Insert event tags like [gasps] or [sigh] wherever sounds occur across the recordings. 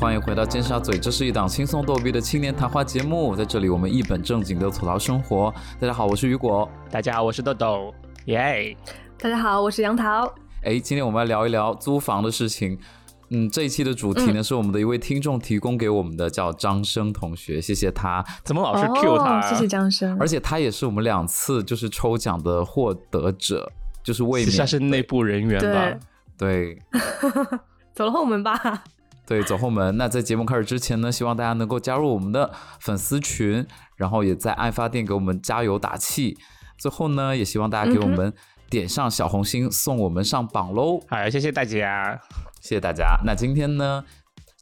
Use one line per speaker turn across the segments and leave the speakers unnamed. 欢迎回到尖沙咀，这是一档轻松逗逼的青年谈话节目，在这里我们一本正经的吐槽生活。大家好，我是雨果。
大家好，我是豆豆，耶！
大家好，我是杨桃。
哎，今天我们来聊一聊租房的事情。嗯，这一期的主题呢、是我们的一位听众提供给我们的，叫张生同学，谢谢他。
怎么老是 Q 他、啊
哦，谢谢张生。
而且他也是我们两次就是抽奖的获得者，就是未
其实他
免
是内部人员吧
对？
对
走了后门吧。
对，走后门。那在节目开始之前呢，希望大家能够加入我们的粉丝群，然后也在爱发电给我们加油打气。最后呢，也希望大家给我们点上小红心，送我们上榜喽！
好，哎谢谢大啊家。
谢谢大家。那今天呢，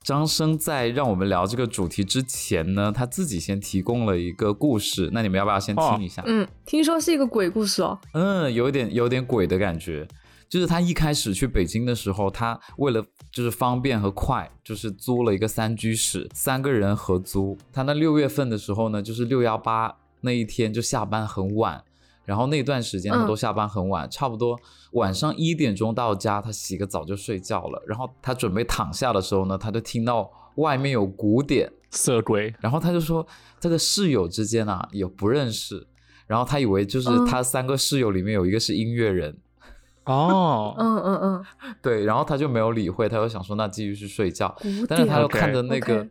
张生在让我们聊这个主题之前呢，他自己先提供了一个故事。那你们要不要先听一下？
嗯，听说是一个鬼故事哦。
嗯，有一点有点鬼的感觉。就是他一开始去北京的时候，他为了就是方便和快，就是租了一个三居室，三个人合租。他那六月份的时候呢，就是六幺八那一天就下班很晚，然后那段时间他们
嗯
都下班很晚，差不多晚上一点钟到家，他洗个澡就睡觉了。然后他准备躺下的时候呢，他就听到外面有鼓点，
色鬼，
然后他就说这个室友之间啊有不认识，然后他以为就是
嗯
他三个室友里面有一个是音乐人。
哦，
嗯嗯嗯，
对，然后他就没有理会，他就想说那继续去睡觉，
古典。
但是他又
OK，
看着那个
OK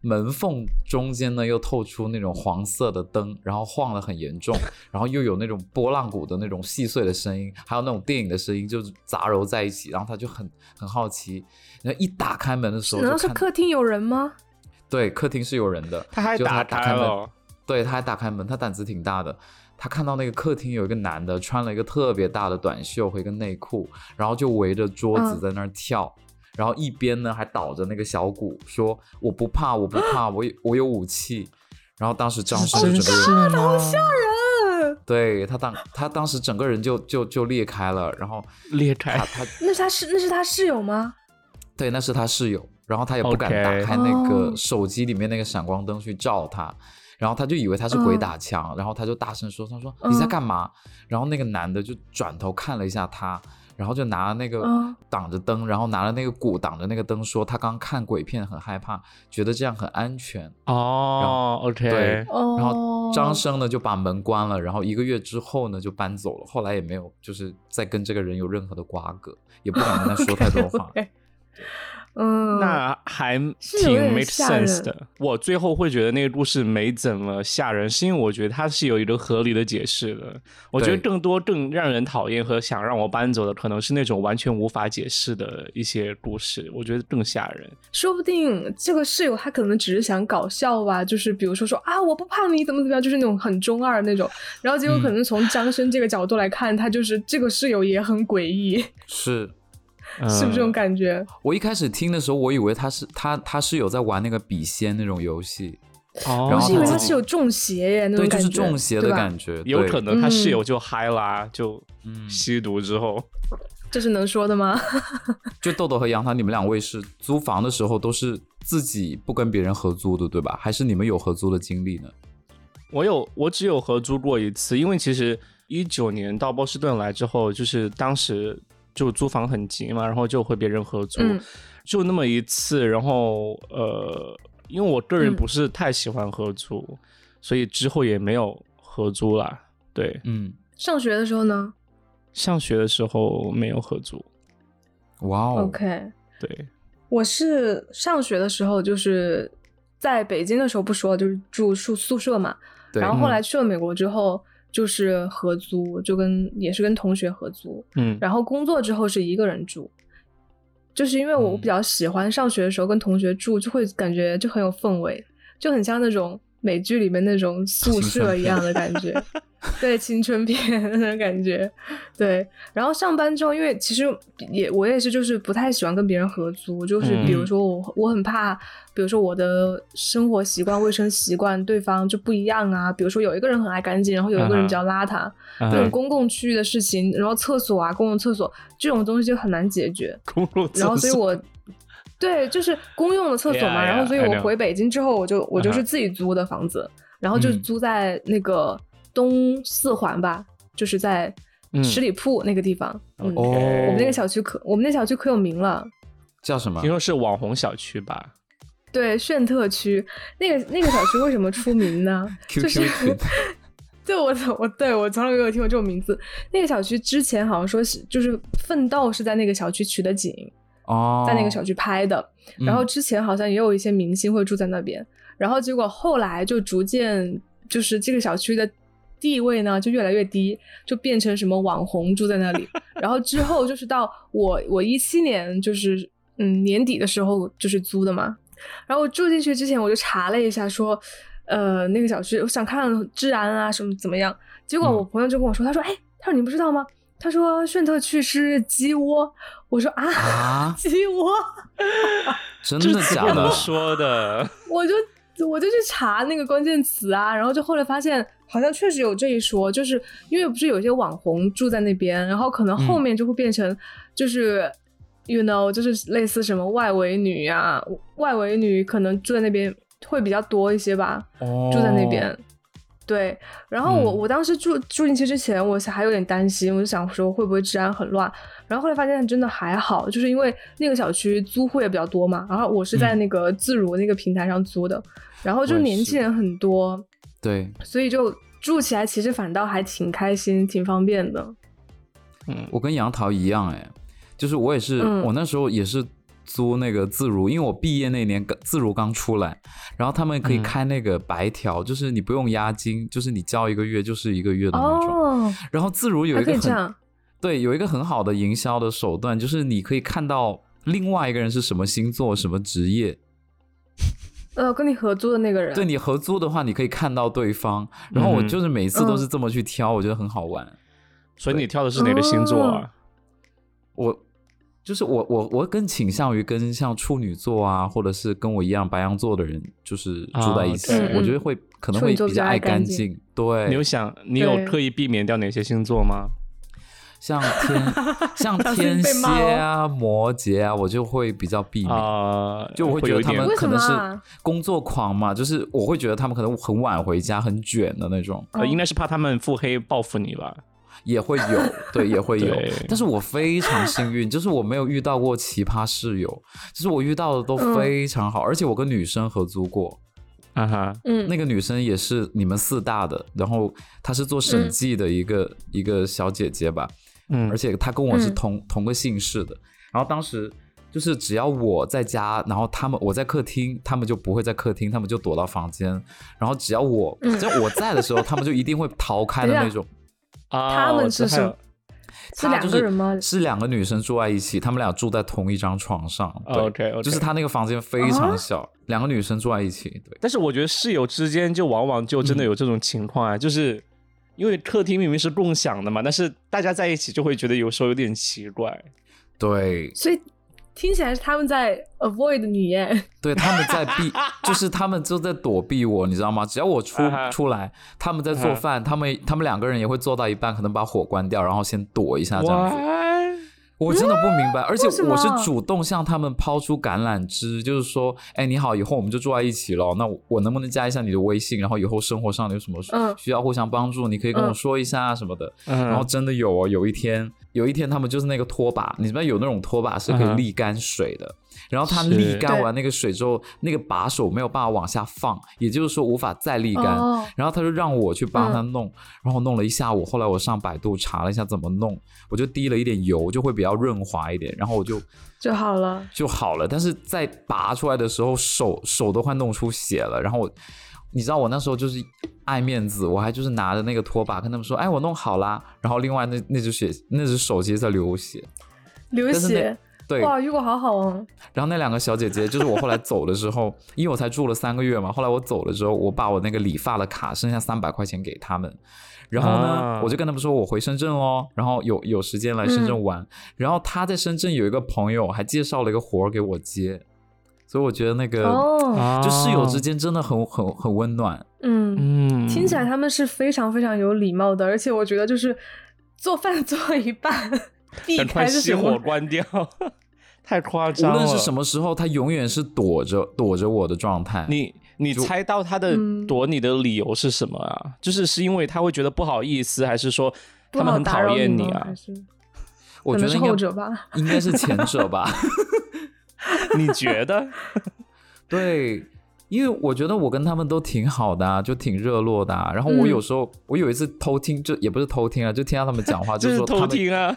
门缝中间呢，又透出那种黄色的灯，然后晃得很严重， [laughs] 然后又有那种拨浪鼓的那种细碎的声音，还有那种电影的声音，就是杂糅在一起，然后他就很很好奇，然后一打开门的时候
难道
就是看
客厅有人吗？
对客厅是有人的，
他还哦
就
打
打
开
开门
了，
对，他还打开门，他胆子挺大的。他看到那个客厅有一个男的穿了一个特别大的短袖和一个内裤，然后就围着桌子
嗯
在那儿跳，然后一边呢还捣着那个小鼓，说我不怕，我不怕，
[laughs]
我有我有武器。然后当时张生就
真
整
是
个人，
吗？
嗯，
对他当他当时整个人就就就裂开了，然后
裂
他他
开，
那是他室，那是他室友吗？
对，那是他室友，然后他也不敢打
OK
开那个
哦
手机里面那个闪光灯去照他，然后他就以为他是鬼打墙，然后他就大声说：“他说你在
嗯
干嘛？”然后那个男的就转头看了一下他，然后就拿了那个
嗯
挡着灯，然后拿了那个鼓挡着那个灯，说他刚看鬼片很害怕，觉得这样很安全。
哦
对
，OK，
哦，
然后张生呢就把门关了，然后一个月之后呢就搬走了，后来也没有就是再跟这个人有任何的瓜葛，也不敢跟他说太多
[laughs]
话。
OK，OK 哦嗯，
那还
是有
挺
点
make
吓人
sense 的。我最后会觉得那个故事没怎么吓人，是因为我觉得它是有一个合理的解释的。我觉得
对
更多更让人讨厌和想让我搬走的，可能是那种完全无法解释的一些故事，我觉得更吓人。
说不定这个室友他可能只是想搞笑吧，就是比如说说啊，我不怕你怎么怎么样，就是那种很中二那种。然后结果可能从张生这个角度来看，他就是这个室友也很诡异，
是，
[laughs]
是不是这种
嗯
感觉？
我一开始听的时候，我以为他是他他是有在玩那个笔仙那种游戏，
哦
然
我
后
是以为
他
他
自己
是有中邪耶，那种
对，就
感觉，
是中邪的
对吧
感觉，
有
对
可能他室
嗯
友就嗨啦，就
嗯
吸毒之后，
这是能说的吗？ [laughs]
就豆豆和杨桃，你们两位是租房的时候都是自己不跟别人合租的，对吧？还是你们有合租的经历呢？
[laughs] 我有我只有合租过一次，因为其实一九年到波士顿来之后，就是当时就租房很急嘛，然后就会别人合租，
嗯
就那么一次，然后呃，因为我个人
嗯
不是太喜欢合租，所以之后也没有合租啦。对，
嗯，
上学的时候呢
上学的时候没有合租，
哇哦
？OK，
对，
我是上学的时候就是在北京的时候不说，就是住宿宿舍嘛。
对，
然后后
嗯
来去了美国之后，就是合租，就跟也是跟同学合租。
嗯，
然后工作之后是一个人住，就是因为我
嗯
比较喜欢上学的时候跟同学住，就会感觉就很有氛围，就很像那种美剧里面那种宿舍一样的感觉， [laughs] 对青春片那种感觉，对。然后上班之后，因为其实也我也是就是不太喜欢跟别人合租，就是比如
嗯
说我我很怕，比如说我的生活习惯、卫生习惯对方就不一样啊，比如说有一个人很爱干净，然后有一个人比较邋遢。这种
嗯，
公共区域的事情，然后厕所啊、公共厕所这种东西就很难解决。
公共厕
然后所以
所哎
我， [laughs] 对，就是公用的厕所
Yeah,
嘛。
yeah,
然后所以
I
我
know.
回北京之后，我就我就
Uh-huh.
是自己租的房子，然后就
嗯
租在那个东四环吧，就是在
嗯
十里铺那个地方。嗯，
OK
我们那个
哦
小区可我们那小区可有名了。
叫什么
听？说是网红小区吧？
对，炫特区那个那个小区为什么出名呢？
，QQ
是
群，
对我我对我从来没有听过这种名字。那个小区之前好像说是就是奋斗是在那个小区取的景，
哦，
[laughs] 在那个小区拍的。
嗯，
然后之前好像也有一些明星会住在那边，然后结果后来就逐渐就是这个小区的地位呢就越来越低，就变成什么网红住在那里。然后之后就是到我我一七年就是嗯年底的时候就是租的嘛，然后我住进去之前我就查了一下说，呃那个小区我想看治安啊什么怎么样，结果我朋友就跟我说，他说哎他说你不知道吗？他说炫特区是鸡窝，我说
啊
鸡窝。
真
这
的
是
假
不能
的？
说的。
我就我就去查那个关键词啊，然后就后来发现好像确实有这一说，就是因为不是有些网红住在那边，然后可能后面就会变成就是。You know，就是类似什么外围女啊，外围女可能住在那边会比较多一些吧，
哦，
住在那边。对，然后我、
嗯
我当时住住进去之前，我还有点担心，我就想说会不会治安很乱。然后后来发现真的还好，就是因为那个小区租户也比较多嘛，然后我是在
嗯
那个自如那个平台上租的，然后就
我也
年轻
是
人很多，
对，
所以就住起来其实反倒还挺开心、挺方便的。
嗯，
我跟杨桃一样，哎，就是我也是，
嗯
我那时候也是租那个自如，因为我毕业那年刚自如刚出来，然后他们可以
嗯
开那个白条，就是你不用押金，就是你交一个月就是一个月的那种。
哦，
然后自如有
还
一
可
个
以这
很
样，
对，有一个很好的营销的手段，就是你可以看到另外一个人是什么星座、什么职业，
呃，跟你合租的那个人，
对你合租的话，你可以看到对方。然后我
嗯
就是每一次都是这么去挑，我觉得很好玩。
所以你挑的是哪个星座啊？
我就是我我我更倾向于跟像处女座啊，或者是跟我一样白羊座的人，就是住在一起。
啊
对嗯
我觉得会可能
处
会
女座
比
比
较
较爱
爱
干
净，对，
哦
你有想，你有
对
刻意避免掉哪些星座吗？
像
[laughs]
天像
小心
天
被
蝎
骂哦
啊、摩羯啊，我就会比较避免。
啊、
就我
会
觉
有
得
一
他
点
们
为什
可能
么啊
是工作狂嘛，就是我会觉得他们可能很晚回家，很卷的那种，
呃，应该是怕他们腹黑报复你吧？
也会有，
[laughs]
对，也会有
对。
但是我非常幸运，就是我没有遇到过奇葩室友，就是我遇到的都
嗯
非常好，而且我跟女生合租过，
啊哈，
嗯，
那个女生也是你们四大的，然后她是做审计的一个、一个小姐姐吧，
嗯
而，且她跟我是
嗯
同、同个姓氏的。然后当时就是只要我在家，然后他们我在客厅，他们就不会在客厅，他们就躲到房间。然后只要我、
嗯
只要我在的时候，他们就一定会逃开的
等一下
那种。
啊，
他们
我知
是
道
什么是两个人吗？
是两个女生住在一起，她们俩住在同一张床上。对
哦 OK，OK
就是她那个房间非
啊
常小，两个女生住在一起。对，
但是我觉得室友之间就往往就真
嗯
的有这种情况啊，就是因为客厅明明是共享的嘛，但是大家在一起就会觉得有时候有点奇怪。
对，
所以听起来是他们在 avoid 你耶。
对，他们在避，就是他们就在躲避我，你知道吗？只要我出
啊哈啊
出来，他们在做饭，他们他们两个人也会做到一半，可能把火关掉，然后先躲一下这样子。我真的不明白，而且
嗯为什么
我是主动向他们抛出橄榄枝，就是说，哎，你好，以后我们就住在一起了。那我我能不能加一下你的微信？然后以后生活上有什么需
嗯
需要互相帮助，你可以跟我
嗯
说一下啊什么的。
嗯，
然后真的有哦，有一天，有一天他们就是那个拖把，你知道有那种拖把是可以
嗯哼
沥干水的，然后它
是
沥干完那个水之后，那个把手没有办法往下放，也就是说无法再沥干。
哦
然后他就让我去帮他弄，然后弄了一下午，后来我上百度查了一下怎么弄，我就滴了一点油，就会比较润滑一点，然后我就
就好了。
就好了。但是在拔出来的时候，手手都快弄出血了。然后我，你知道我那时候就是爱面子，我还就是拿着那个拖把跟他们说：“哎，我弄好啦。”然后另外那那只血，那只手其实在流血。
流
但是那
血，
对，
哇，遇过好好哦。
然后那两个小姐姐，就是我后来走的时候， [laughs] 因为我才住了三个月嘛，后来我走了之后，我把我那个理发的卡剩下三百块钱给他们，然后呢，
啊
我就跟他们说我回深圳喽，然后有有时间来深圳
嗯
玩。然后他在深圳有一个朋友还介绍了一个活儿给我接，所以我觉得那个、
哦，
啊
就室友之，间真的很很很温暖。
嗯，
嗯，
听起来他们是非常非常有礼貌的，而且我觉得就是做饭 [laughs] 做到一半避
赶快
开是
熄
什
火
么？
关掉， [laughs] 太夸
无
张了。
论是什么时候，他永远是躲着躲着我的状态。
你你
就
猜到他的
嗯
躲你的理由是什么啊？就是是因为他会觉得不好意思，还是说
不
他们
好
很
打
讨
扰
厌
你吗
啊
还？是
我觉
可能
得
是
应该
后者吧，
[laughs]
应该是前者吧。 [laughs]
你觉得？
对，因为我觉得我跟他们都挺好的、啊，就挺热络的、啊。然后我
嗯
有时候，我有一次偷听，就也不是偷听啊，就听到他们讲话，
[laughs] 这
就是说他
偷
们
听啊。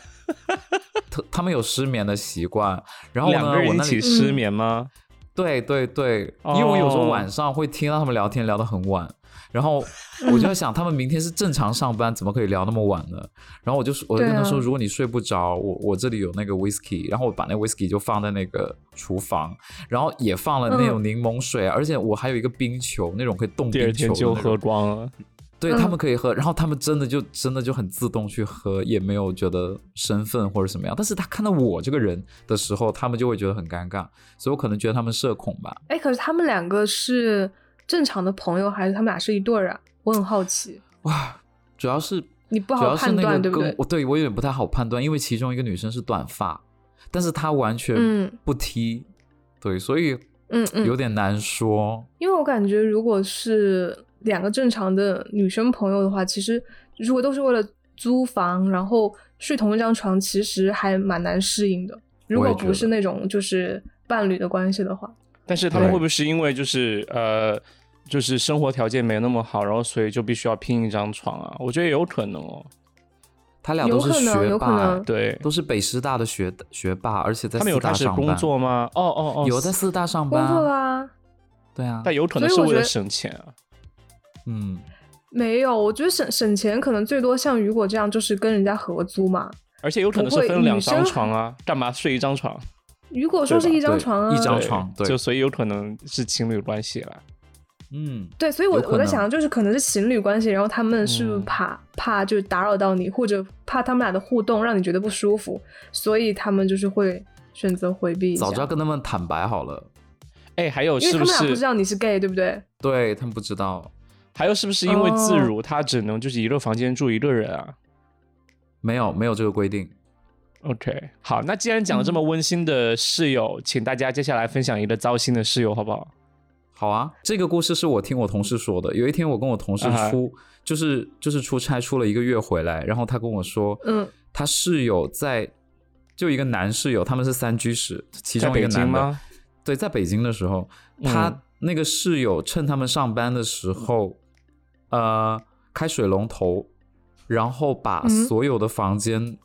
他他们有失眠的习惯。然后呢，
两个
我
人一
那
起
里
失眠吗？
对对对，因为我有时候
哦
晚上会听到他们聊天聊得很晚，然后我就在想，他们明天是正常上班，怎么可以聊那么晚呢？然后我就说我就
对
跟他说，
啊
如果你睡不着，我我这里有那个 whisky，然后我把那 whisky 就放在那个厨房，然后也放了那种柠檬水，啊而且我还有一个冰球，那种可以冻
嗯第
冰
二
球
天
的
就
那
喝
种，
光了。
对他
嗯
们可以喝，然后他们真的就真的就很自动去喝，也没有觉得身份或者什么样。但是他看到我这个人的时候，他们就会觉得很尴尬，所以我可能觉得他们社恐吧。
哎，可是他们两个是正常的朋友，还是他们俩是一对儿啊？我很好奇，
哇，主要是
你不
主
好
要是
判
那
断，
个
对不
跟
对？
我对我有点不太好判断，因为其中一个女生是短发，但是她完全
嗯
不踢，对，所以
嗯嗯，
有点难说。
因为我感觉，如果是两个正常的女生朋友的话，其实如果都是为了租房，然后睡同一张床，其实还蛮难适应的。如果
我也觉
不
得
是那种就是伴侣的关系的话，
但是他们
对
会不会是因为就是呃，就是生活条件没那么好，然后所以就必须要拼一张床啊？我觉得也有可能哦。
他俩
有
都是
可能
学
有可
霸
能，
对，
都是北师大的学学霸，而且在
他们有
四
开
大
始
上
工
班，
作吗？哦哦哦，
有在四大上
工
班
作
啊，
啦，
对啊，
但有可能
所
是
以我
为
觉
了
得
省钱啊。
嗯，
没有。我觉得省省钱可能最多像雨果这样，就是跟人家合租嘛。
而且有可能是
不会
分两
女生
张床啊，干嘛睡一张床？
雨果说是一张
对
床啊，
一张床对
就所以有可能是情侣关系啦。
嗯，
对，所以我
有可
我在
能
想，就是可能是情侣关系，然后他们是不是
嗯
怕、怕就是打扰到你，或者怕他们俩的互动让你觉得不舒服，所以他们就是会选择回避一下。
早知道跟他们坦白好了，
哎，还有
因
是
为他们俩
是
不知道你是 gay，对不对？
对他们不知道，
还有是不是因为自
哦
如，他只能就是一个房间住一个人啊
没有没有这个规定，
？OK，好，那既然讲了这么温馨的室友，请大家接下来分享一个糟心的室友，好不好？
好啊，这个故事是我听我同事说的。有一天，我跟我同事
啊哈
出，就是就是出差出了一个月回来，然后他跟我说，
嗯，
他室友在，就一个男室友，他们是三居室，其中
在
一
北
个
京
男的，
吗？
对，在北京的时候，
嗯
他那个室友趁他们上班的时候，呃，开水龙头，然后把
嗯
所有的房间，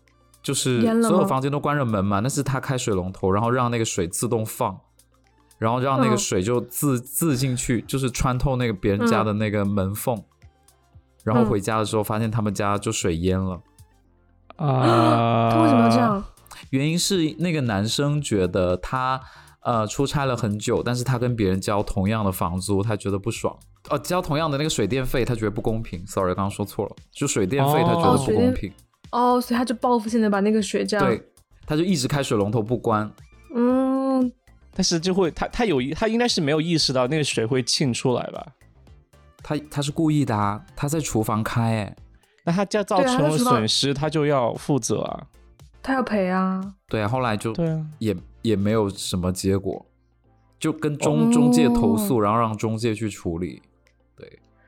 就是
淹了
所有
吗
房间都关着门嘛，但是他开水龙头，然后让那个水自动放，然后让那个
嗯
水就自、自进去，就是穿透那个别人家的那个门缝，然后
嗯
回家的时候发现他们家就水淹了。
啊，
他为什么要这？样？
原因是那个男生觉得他呃出差了很久，但是他跟别人交同样的房租，他觉得不爽。呃，交同样的那个水电费，他觉得不公平。Sorry，刚刚说错了，就水电费他觉得
哦
不公平。
哦，所以他就报复性的把那个水这样，
对，他就一直开水龙头不关。
嗯，
但是就会他他有一他应该是没有意识到那个水会沁出来吧？
他他是故意的啊，他在厨房开哎，
那他这样造
对啊
成
他
了
知道
损失，他就要负责啊。
他要赔啊，
对，后来就
对啊，
也也没有什么结果，就跟
哦
中中介投诉，然后让中介去处理。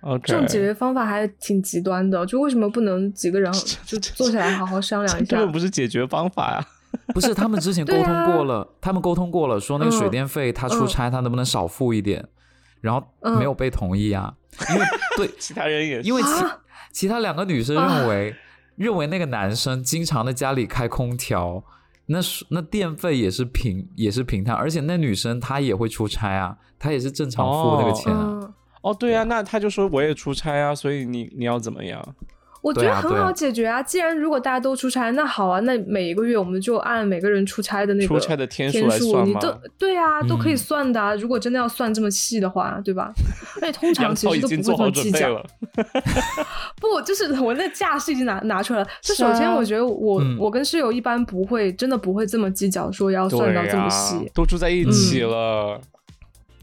OK，
这种解决方法还挺极端的，就为什么不能几
[laughs]
个人就坐下来好好商量一
这
下
根？本不是解决方法啊。
不是，他们之前沟
[laughs] 对
通
啊
过了，他们沟通过了，说那个水
嗯
电费他出
嗯
差，他能不能少付一点？然后
嗯
没有被同意啊，因为对，
其他人也是
因为其、
啊
其他两个女生认为、认为那个男生经常在家里开空调，那是那电费也是平也是平摊，而且那女生她也会出差啊，她也是正常付那个
哦
钱啊。
嗯。
哦，对啊，那他就说我也出差啊，所以你你要怎么样？
我觉
对
得
啊
很
对啊
好解决啊！既然如果大家都出差，那好啊，那每一个月我们就按每个人出差的那个
出差的天数
天
来算
你
吗
都
[laughs]
对啊，都可以
嗯
算的啊。如果真的要算这么细的话，对吧？而且通
杨
常其
涛
实
已
都
经做
不会这
好
么
准
计
备
较。
了，
不，就是 [laughs] 我那架势已经拿拿出来了。就是
啊
首先，我觉得我、
嗯
我跟室友一般不会，真的不会这么计较，说要哦算
对
到这么
啊
细。，
都住在一起了，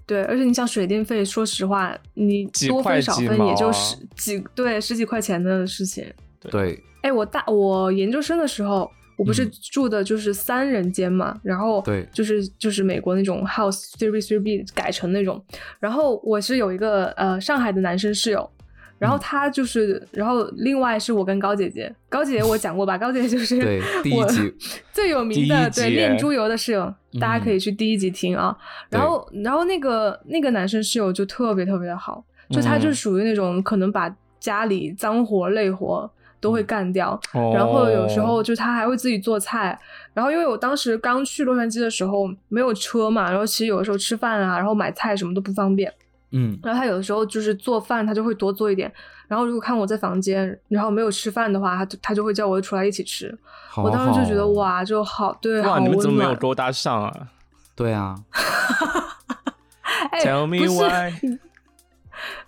对，而且你想水电费，说实话，你
几
多
块
分少
几
分
毛
也就
啊
十几对十几块钱的事情。
对，
哎，我大我研究生的时候，我不是
嗯
住的就是三人间嘛，然后
对
就是就是美国那种 house three three b 改成那种，然后我是有一个呃上海的男生室友，
嗯
然后他就是，然后另外是我跟高姐姐，高姐姐我讲过吧，高姐姐就是
对，第一
嗯我
集
[laughs] 最有
第
名
一
的
集
对
哎嗯
念猪油的室友，大家可以去第一集听啊。
对
然后，然后那个那个男生室友就特别特别的好，就他就
嗯
属于那种可能把家里脏活累活都会干掉，
哦
嗯然后有时候就他还会自己做菜。然后因为我当时刚去洛杉矶的时候没有车嘛，然后其实有的时候吃饭啊，然后买菜什么都不方便。
嗯
然后他有的时候就是做饭，他就会多做一点。然后如果看我在房间，然后没有吃饭的话，他就他就会叫我出来一起吃。
好
我当时就觉得
好，
哇，就好对，好
哇，你们怎么
温
没有
暖
勾搭上啊
对啊，
哎
？Tell me
不是 [laughs]
why，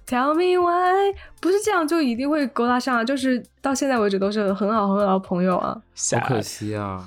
Tell me why，不是这样就一定会勾搭上啊，就是到现在为止都是很好很好的朋友啊。
好
好
可惜啊，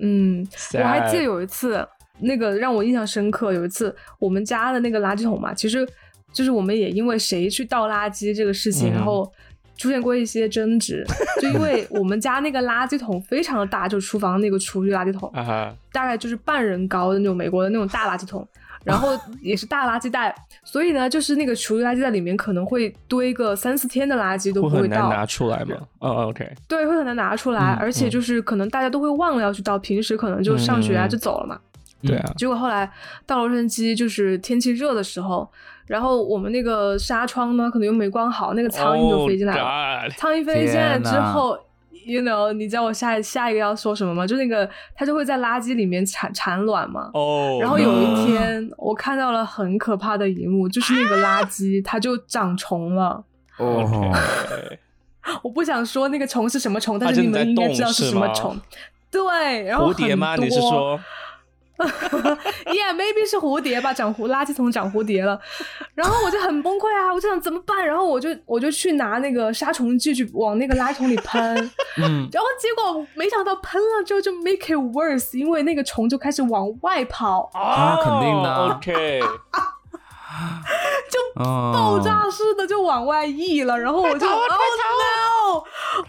嗯，我还记得有一次，那个让我印象深刻，有一次我们家的那个垃圾桶嘛，其实就是我们也因为谁去倒垃圾这个事情，
嗯
然后。出现过一些争执，就因为我们家那个垃圾桶非常的大，就厨房那个厨余垃圾桶，
啊哈，
大概就是半人高的那种美国的那种大垃圾桶，然后也是大垃圾袋，所以呢，就是那个厨余垃圾袋里面可能会堆个三四天的垃圾都
会
不会
很难
倒，
拿出来吗？哦，OK，
对，会很难拿出来，
嗯
而且就是可能大家都会忘了要去倒，平时可能就上学啊
嗯
就走了嘛。
对啊，
结果后来到洛杉矶，就是天气热的时候，然后我们那个纱窗呢可能又没关好，那个苍蝇就飞进来了。
Oh God
苍蝇飞进来
天
之
呐
后，you know，你知道我下下一个要说什么吗？就那个它就会在垃圾里面产产卵嘛。
哦，
然后有一
no
天，我看到了很可怕的一幕，就是那个垃圾它就长虫了。
哦，
OK
我不想说那个虫是什么虫，但
它
是
真
你
的
们
在
应该
动
知道是
是
什么
吗
虫。对，然后
蝴蝶
很
吗？你是
多
说
？Yeah，maybe 是蝴蝶吧，长蝴垃圾桶长蝴蝶了。然后我就很崩溃啊，我就想怎么办？然后我就我就去拿那个杀虫剂去往那个垃圾桶里喷。
嗯，
然后结果没想到喷了之后就 make it worse，因为那个虫就开始往外跑，
啊肯定的啊
哦？OK，
爆嗯
爆炸式的就往外溢了。然后我就 oh no，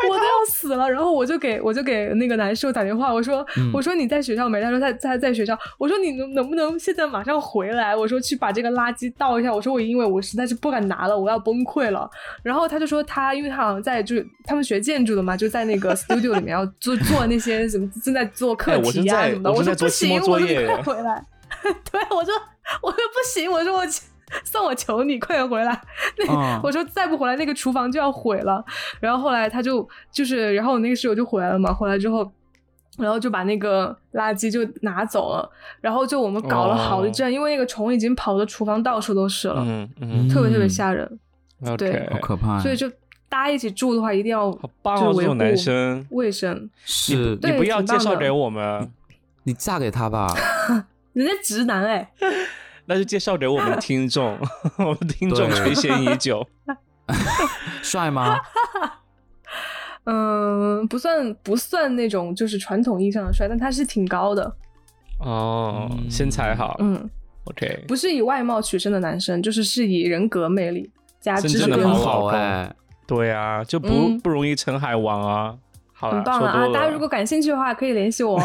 我都要死了。然后我就给我就给那个男室友打电话，我说、
嗯
我说你在学校没？他说他他在学校。我说你能能不能现在马上回来？我说去把这个垃圾倒一下。我说我因为我实在是不敢拿了，我要崩溃了。然后他就说他，因为他好像在就是他们学建筑的嘛，就在那个 studio 里面要
[laughs]
做做那些什么正在做课
哎我
题
是
啊
在
什么的。
我
我
是在
说
做
不
期
行，
末作
我说你
业
快回来。 [laughs] 对，我说我说不行，我说我求算我求你，快点回来。那、
嗯
我说再不回来，那个厨房就要毁了。然后后来他就就是，然后我那个室友就回来了嘛，回来之后。然后就把那个垃圾就拿走了，然后就我们搞了好一阵，因为那个虫已经跑的厨房到处都是了，
哦嗯嗯
特别特别吓人。
，OK，
对
好可怕呀，
所以就大家一起住的话，一定要
哎好棒
就
哦，
是
这
维
种男
护
生，
卫生。
是
你
对
不要
挺
介
棒
绍
的
给我们，
你嫁给他
[laughs]
吧，
人家直男哎，
那就介绍给我们的听众， [laughs] 我们听众
对
垂涎已
[laughs]
久。
帅吗？
嗯，不算不算那种就是传统意义上的帅，但他是挺高的，
哦，
嗯
身材好
嗯，
，OK，
不是以外貌取胜的男生，就是是以人格魅力加
真
知识
正的
边
很
好
锋，
好哎，
对啊，就不
嗯
不容易成海王啊。好啦
很棒
说
了啊！
多
大家如果感兴趣的话，可以联系我哦。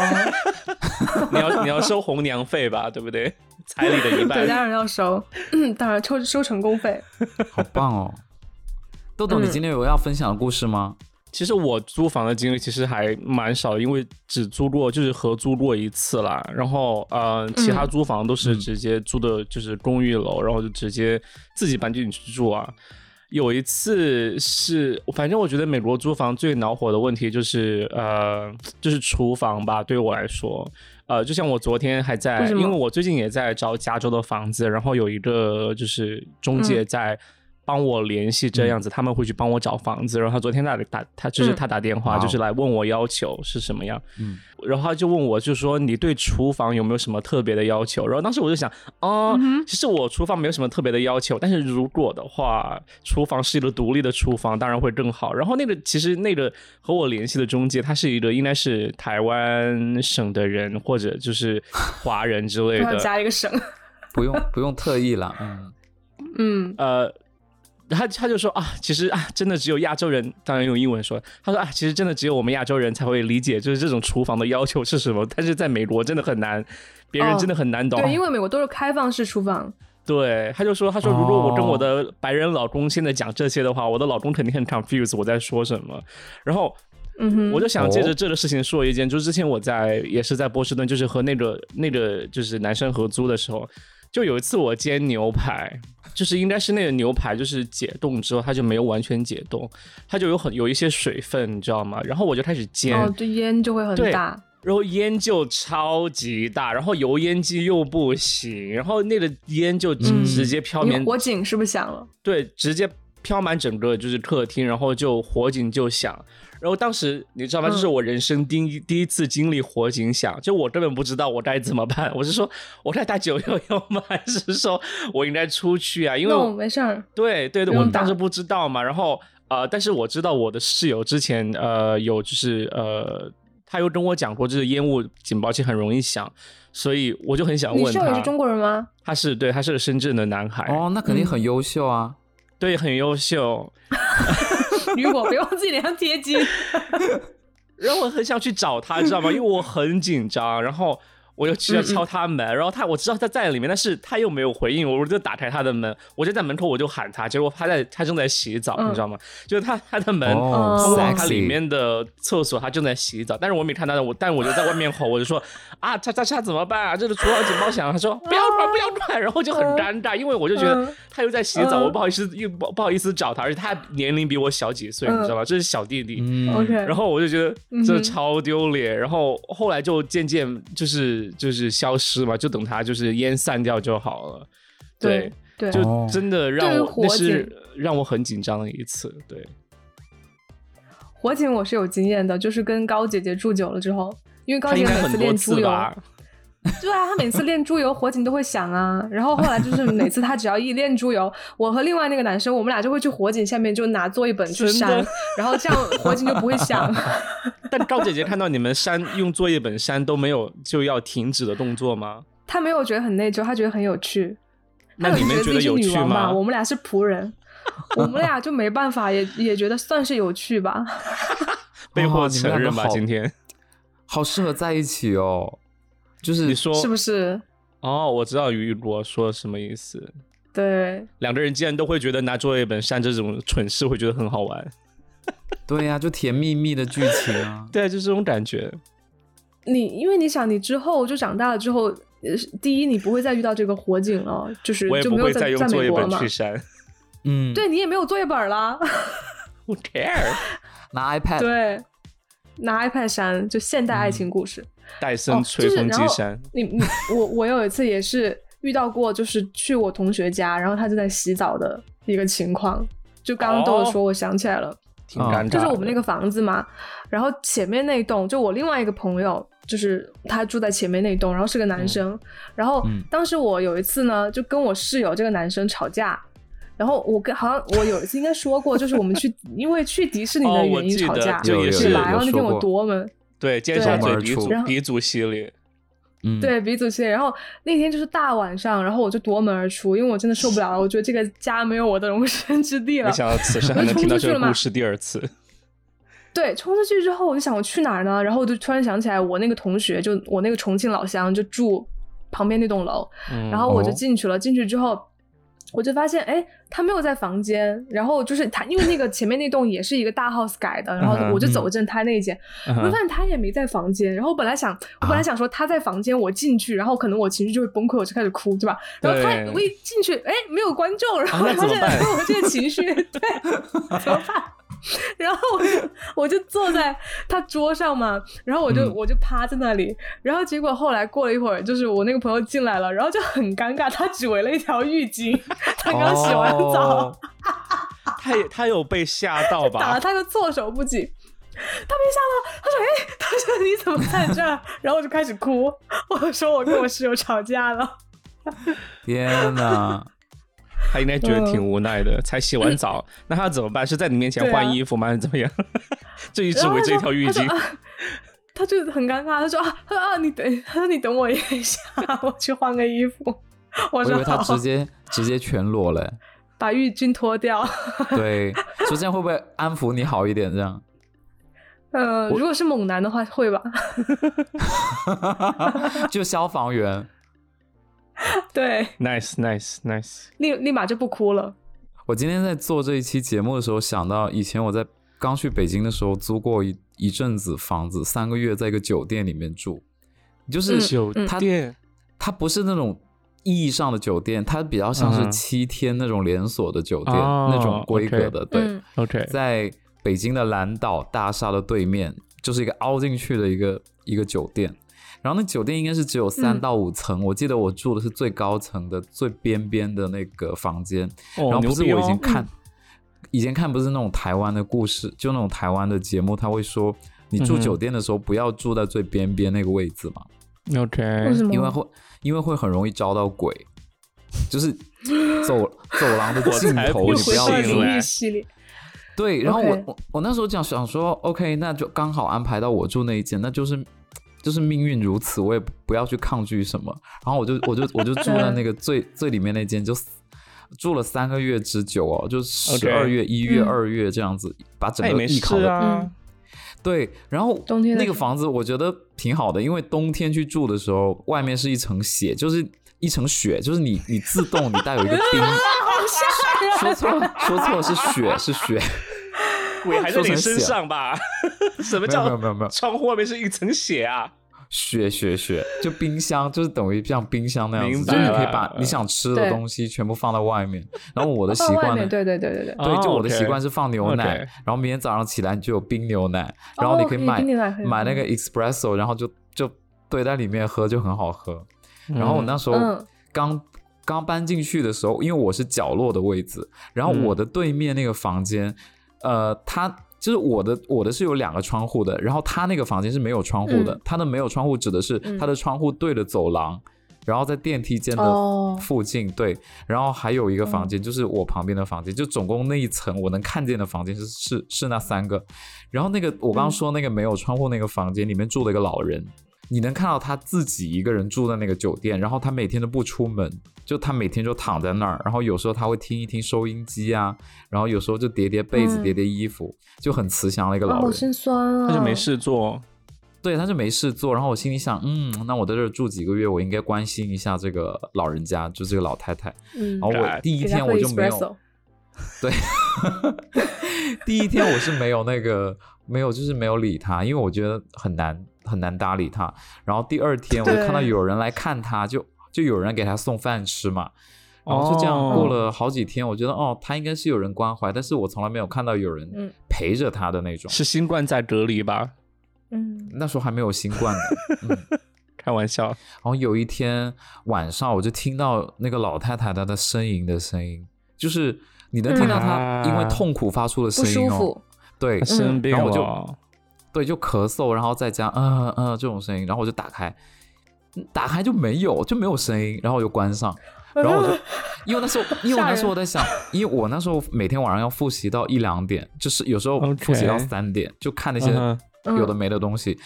[laughs] 你要你要收红娘费吧，对不
[laughs]
对？彩礼的一
对，
半。
当然要收， [laughs] 当然抽收成功费。
好棒哦。豆豆，你
嗯
今天有要分享的故事吗？
其实我租房的经历其实还蛮少，因为只租过就是合租过一次啦。然后呃，其他租房都是
嗯
直接租的就是公寓楼，然后就直接自己搬进去住啊。有一次是，反正我觉得美国租房最恼火的问题就是呃，就是厨房吧，对我来说。呃，就像我昨天还在
为，什
因
么
为我最近也在找加州的房子，然后有一个就是中介在帮我联系这样子，他们会去帮我找房子。然后他昨天打打他就是
嗯
他打电话，
哇哦
就是来问我要求是什么样，
嗯
然后他就问我就说你对厨房有没有什么特别的要求？然后当时我就想，哦、其实我厨房没有什么特别的要求，但是如果的话，厨房是一个独立的厨房，当然会更好。然后那个其实那个和我联系的中介，他是一个应该是台湾省的人或者就是华人之类
[laughs] 不要
的，
加一个省。
不
[laughs]
用，不用特意了。嗯，
嗯，
呃，他他就说啊，其实啊，真的只有亚洲人，当然用英文说，他说啊，其实真的只有我们亚洲人才会理解，就是这种厨房的要求是什么，但是在美国真的很难，别人
哦
真的很难懂。
对，因为美国都是开放式厨房，
对，他就说，他说如果我跟我
哦
的白人老公现在讲这些的话，我的老公肯定很 confused 我在说什么。然后
嗯哼，
我就想借着这个事情说一件，就是之前我在也是在波士顿，就是和那个那个就是男生合租的时候，就有一次我煎牛排，就是应该是那个牛排就是解冻之后，它就没有完全解冻，它就有很有一些水分，你知道吗？然后我就开始煎，
哦，对，烟就会很
对
大，
然后烟就超级大，然后油烟机又不行，然后那个烟就直
嗯
直接飘
你
面、
火警是不是响了？
对，直接飘满整个就是客厅，然后就火警就响。然后当时你知道吗？
嗯
这是我人生第一、第一次经历火警响，就我根本不知道我该怎么办。我是说，我该打九幺幺吗？还是说我应该出去啊？因为
那
我
没事儿，
对对
不
对，我
用
当时
打
不知道嘛，然后呃，但是我知道我的室友之前呃有就是呃，他又跟我讲过，就是烟雾警报器很容易响，所以我就很想
你
问
室友也是
他，
中国人 [laughs] 吗？
他是对，他是个深圳的男
哎
孩，
哦，那肯
嗯
定很优秀啊。
对，很优秀，
雨果，别往自己脸上贴金。
然后我很想去找他，知道
[laughs]
吗？因为我很紧张，然后我就去敲他门，
嗯
然后他我知道他在里面，但是他又没有回应我，我就打开他的门，我就在门口我就喊他，结果他在他正在洗澡，
嗯
你知道吗？就是他他的门
哦
嗯
通往他
sexy
里面的厕所，他正在洗澡，但是我没看到他，我但我就在外面吼，我就说 [laughs] 啊，他他他怎么办啊？这个厨房警报响了，他
[laughs]
说不要管不要管，然后就很尴尬，因为我就觉得
嗯
他又在洗澡，
嗯
我不好意思又不不好意思找他，而且他年龄比我小几岁，
嗯
你知道吗？这是小弟弟，
嗯
OK，
然后我就觉得
嗯
这
哼
超丢脸，然后后来就渐渐就是就是消失嘛，就等它就是烟散掉就好了。
对对，
就
哦
真的让
对于
我
火
那是让我很紧张的一次。对，
火警我是有经验的，就是跟高姐姐住久了之后，因为高
它
姐
应
姐
该
每
很
次
多
练猪
次
油，
吧？
对啊，她每次练猪油火警都会响啊。然后后来就是每次她只要一练猪油，我和另外那个男生，我们俩就会去火警下面就拿作业本去
真的
删，然后这样火警就不会
[laughs]
响。
但高姐姐看到你们删用作业本删都没有就要停止的动作吗？
她没有觉得很内疚，她觉得很有趣。
那
她
你
可
们
能觉
觉
得
得
自己是
有
女
趣
王吧？
吗？
我们俩是仆人，我们俩就没办法，也也觉得算是有趣吧。
被迫
哦你们
承认
两个
吧，
好
今天。
好适合在一起哦。就是
你说
是不是？
哦，我知道雨果说什么意思。
对，
两个人既然都会觉得拿作业本删这种蠢事，会觉得很好玩。。
对呀、就甜蜜蜜的剧情啊
[laughs]
对，就是这种感觉。
你因为你想，你之后就长大了之后，呃，第一你不会再遇到这个火警了，就是
我也
就
不
没有
会
在
再用
在
作
美
业
国了
本
嘛
去。删。
嗯，
对你也没有作业本了，
Who
[laughs]
care？
拿
哎
iPad，
对，拿 iPad 删就现代爱
嗯
情故事。
戴
哦
森吹风机删。
就是、然后你你我我有一次也是遇到过，就是去我同学家，然后他正在洗澡的一个情况。就刚刚
哦
豆豆说，我想起来了，
哦
挺尴尬的。
就是我们那个房子嘛，然后前面那一栋，就我另外一个朋友，就是他住在前面那一栋，然后是个男生，然后
嗯
当时我有一次呢，就跟我室友这个男生吵架。然后我跟好像我有一次应该说过，就是我们去因为去迪士尼
哦
的
我
原因
记
吵
得
架，
这
有
也
有
是
对吧？
有
然后那
说
天我
过
夺门，
对尖沙
对
咀鼻祖
然
后
鼻祖系列，
嗯，
[laughs] 对鼻祖系列。然后那天就是大晚上，然后我就夺门而出，因为我真的受不了了，我觉得这个家没有我的容身之地了
没。想到此时还
[laughs]
能听到这个故事第
[laughs]
二次。
对，冲出去之后，我就想我去哪儿呢？然后我就突然想起来，我那个同学，就我那个重庆老乡，就住旁边那栋楼。
嗯
然后我就
哦
进去了，进去之后，我就发现，哎，他没有在房间。然后就是他，因为那个前面那栋也是一个大 house 改的，然后
嗯哼
我就走进他那一间，
嗯
我
哼
就
啊
发现他也没在房间。然后我本来想，我本来想说他在房间，我进去，然后可能我情绪就会崩溃，我就开始哭，对吧？然后他
对
我一进去，哎，没有观众，然后
啊那怎
发
么
现、
办
我这个情绪，对，怎么办？ [laughs] 然后我就我就坐在他桌上嘛，然后我就、
嗯
我就趴在那里，然后结果后来过了一会儿，就是我那个朋友进来了，然后就很尴尬，他只围了一条浴巾， [laughs] 他刚洗完澡，
哦
他也他有被吓到
打了
吧？
他个措手不及。他没吓到，他说：“哎，他说你怎么在这儿？” [laughs] 然后我就开始哭，我说我跟我室友吵
[laughs]
架了。
天哪！
他应该觉得挺无奈的，才洗完
[laughs]
澡，那他怎么办？是在你面前
嗯对啊
换衣服吗？还是怎么样？ [laughs] 就一直
然后
围
他
着一
说
条浴
他说
巾，
啊他就很尴尬，他说啊，他说啊，你等，他说你等我一下，我去换个衣服。 [laughs] 我
我以
说
为他
好
直，接直接全裸嘞。
把浴巾脱掉。 [laughs]
对，说这样会不会安抚你好一点？这样，
呃，如果是猛男的话，会吧？
就消防员
[laughs] 对，
nice nice nice，
立立马就不哭了。
我今天在做这一期节目的时候，想到以前我在刚去北京的时候租过一一阵子房子，三个月在一个酒店里面住，就是
嗯
酒
他
店
它不是那种意义上的酒店，它比较像是
嗯
七天那种连锁的酒店、
哦
那种规格
OK
的。对，
嗯
OK，
在北京的蓝岛大厦的对面，就是一个凹进去的一个一个酒店。然后那酒店应该是只有三
嗯
到五层，我记得我住的是最高层的最边边的那个房间。然
哦
后不
牛
是
逼
我以
哦
前看，以前看不是那种台湾的故事，就那种台湾的节目，他会说你住
嗯哼
酒店的时候不要住在最边边那个位置嘛，
OK，
为什么？
哎因为会因为会很容易招到鬼，就是走走廊的尽
才
头
不
又
你不
回
要
到
信
住
了
灵异系列，
对，然后我
OK
我我那时候讲想说，OK，那就刚好安排到我住那一间，那就是就是命运如此，我也不不要去抗拒什么。然后我就我就我就住在那个最最里面那间，就住了三个月之久哦，就十二
OK
月、一月、
嗯
二月这样子，把整
那也
个
没
艺考
事
的、
啊
嗯，
对。然后
冬天的
那
时
个
候
房子我觉得挺好的，因为冬天去住的时候，外面是一层雪，就是一层雪，就是你你自动你带有一个
[laughs]
冰。说错了，说错了，是雪，是雪。
[laughs] 鬼还在
说
你
成
身
血
上吧？ [laughs] 什么
没有没有
叫
没有没有，
[laughs] 窗户外面是一层血啊？
学学学，就冰箱就是等于像冰箱那样子，
明
就
白
是你可以
了
把你想吃的
对
东西全部放在外面。然后我的习
放外
惯
面。
呢，
对对对对对。
对，就
哦
我的习
，OK
惯是放牛
OK
奶，然后明天早上起来你就有冰牛奶，然后你可以
可以
买
哦冰牛奶可以
买那个 espresso，然后就就兑在里面喝就很好喝。然后我那时候
嗯
刚、刚搬进去的时候，因为我是角落的位置，然后
嗯
我的对面那个房间，呃，它就是我的我的是有两个窗户的，然后他那个房间是没有窗户的，
嗯
他的没有窗户指的是
嗯
他的窗户对着走廊，然后在电梯间的
哦嗯
附近、对，然后还有一个房间、就是我旁边的房间，就总共那一层我能看见的房间是是是那三个，然后那个我刚刚说那个没有窗户那个房间里面住了一个老人，你能看到他自己一个人住在那个酒店，然后他每天都不出门，就他每天就躺在那儿，然后有时候他会听一听收音机啊，然后有时候就叠叠被子、
嗯
叠叠衣服，就很慈祥的一个老
啊，好
人。
心酸啊！
那就没事做，
对，他就没事做，然后我心里想，嗯，那我在这儿住几个月，我应该关心一下这个老人家，就这个老太太。
嗯。
然后我
God
第一
给他
天
喝
我就没
espresso
有，对，第一天我是没有那个没有，就是没有理他，因为我觉得很难很难搭理他。然后第二天我就看到
对
有人来看他，就就有人给他送饭吃嘛。然后就这样
哦
过了好几天，我觉得哦，他应该是有人关怀，但是我从来没有看到有人
嗯
陪着他的那种。
是新冠在隔离吧？
嗯，
那时候还没有新冠呢，
开玩笑，
然后有一天晚上，我就听到那个老太太她的呻吟的声音，就是你能听到她
嗯
因为痛苦发出的
啊不
声
舒
音哦，
服，
对 [laughs]
他生病
然
了，
后我就对，就咳嗽，然后再加嗯嗯、呃这种声音，然后我就打开，打开就没有就没有声音，然后我就关上，
嗯
然后我就因为那时候因为我那时候我在想，因为我那时候每天晚上要复习到一两点，就是有时候
OK
复习到三点就看那些
嗯哼
有的没的东西。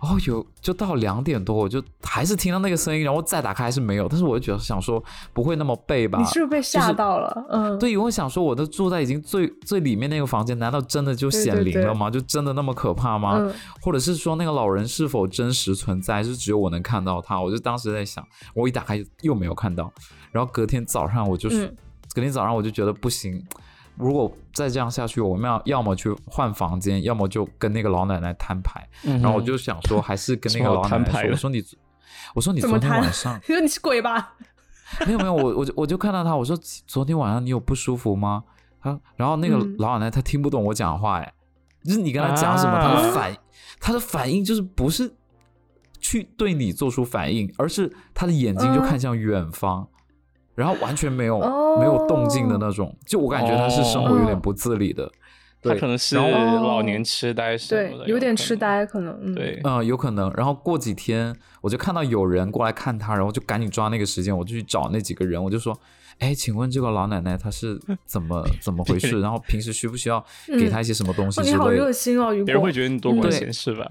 然后有就到两点多，我就还是听到那个声音，然后再打开还是没有，但是我就觉得想说不会那么背吧
[laughs] 你？是不是被吓到了？嗯，
对，我想说我都住在已经最最里面那个房间，难道真的就
对
显
对
灵
对
了吗？就真的那么可怕吗？
嗯， [laughs]
或者是说那个老人是否真实存在，是只有我能看到他？我就当时在想，我一打开又没有看到，然后隔天早上我就是，
嗯
隔天早上我就觉得不行，如果再这样下去，我们要要么去换房间，要么就跟那个老奶奶摊牌。
嗯哼
然后我就想说，还是跟那个
说
老
好
奶
摊
奶
牌
说，我
了
说你，我说你
怎
昨
么
天
摊
晚上
你说你是鬼吧？
[laughs] 没有没有，我我就我就看到他，我说昨天晚上你有不舒服吗？他然后那个
嗯
老奶奶她听不懂我讲话，哎，就是你跟她讲什么，她
啊
的反她的反应就是不是去对你做出反应，而是她的眼睛就看向远方，然后完全没有
嗯哦
没有动静的那种，就我感觉她是生活有点不自理的，
他
对
可，能是
然后
老年痴呆什么
对
的，，
有
可
点
能
痴，呆，可能。嗯，
对，
嗯，有可能。然后过几天，我就看到有人过来看他，然后就赶紧抓那个时间，我就去找那几个人，我就说：“哎，请问这个老奶奶她是怎
[laughs]
么怎么回事？然后平时需不需要给她一些什么东西
哦，
之
你好
类的
热心哦，雨
别人
果
会。觉得你多管
对
闲事 [laughs] 吧？？”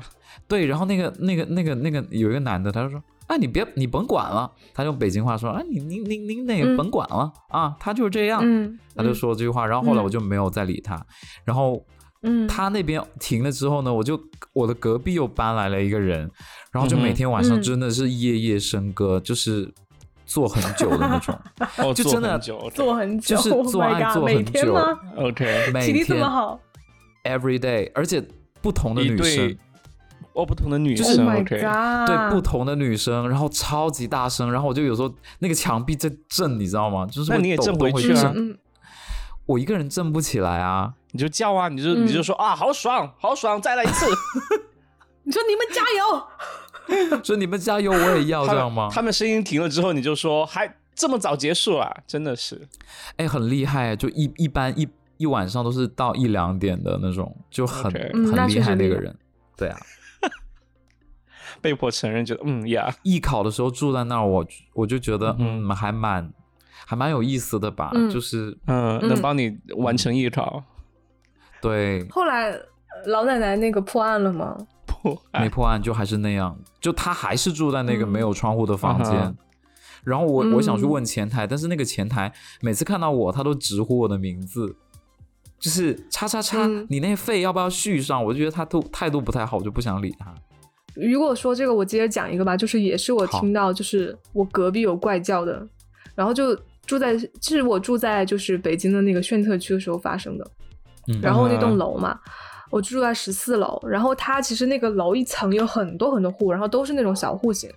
对，然后那个那个那个那个有一个男的，他就说：“啊，你别你甭管了。”他用北京话说：“啊，你你你你那个
嗯
甭管了、啊，他就是这样。
嗯，
他就说这句话，然后后来我就没有再理他。然后
嗯，
他那边停了之后呢，我就我的隔
嗯
壁又搬来了一个人，然后就每天晚上真的是夜夜笙歌，就是做很久的那
[laughs]
种，
哦，
就真的
做很久，OK
做很久，
就是做
oh my
爱
God，
做
每
很
天
久
吗？
OK，
每
[laughs] 体力
天
这么好，
every day，而且不同的
你
女生
对。哦，不同的女
就是
生
oh my
OK，
god，嗯
对不同的女生，然后超级大声，然后我就有时候那个墙壁在震，你知道吗？就是
那
会
你也
抖
震
动
回
会
去啊
震，
嗯嗯，
我一个人震不起来啊。 [laughs]
你就叫啊，你就
嗯
你就说啊，好爽，好爽，再来 [laughs] 一次。
你说你们加油，
说你们加油，我也要
他
这
们
样吗？
他们声音停了之后，你就说还这么早结束啊，真的是。
哎，很厉害，就一一般一一晚上都是到一两点的那种，就很
OK
嗯那
很厉
确实
害那
厉
个
害
人。对啊，
被迫承认，觉得嗯呀
艺考的时候住在那儿，我我就觉得
嗯
嗯，还蛮还蛮有意思的吧，
嗯
就是
嗯，
嗯
能帮你完成艺考，
对。
后来呃老奶奶那个破案了吗？
不，
没
哎，
破案就还是那样，就他还是住在那个
嗯
没有窗户的房间。
啊哈
然后我
嗯
我想去问前台，但是那个前台每次看到我，他都直呼我的名字，就是叉叉叉，
嗯
你那费要不要续上？我就觉得他都态度不太好，我就不想理他。
如果说这个，我接着讲一个吧，就是也是我
好
听到，就是我隔壁有怪叫的，然后就住在，是我住在就是北京的那个炫特区的时候发生的，
嗯
然后那
嗯
栋楼嘛。我住在十四楼，然后它其实那个楼一层有很多很多户，然后都是那种小户型。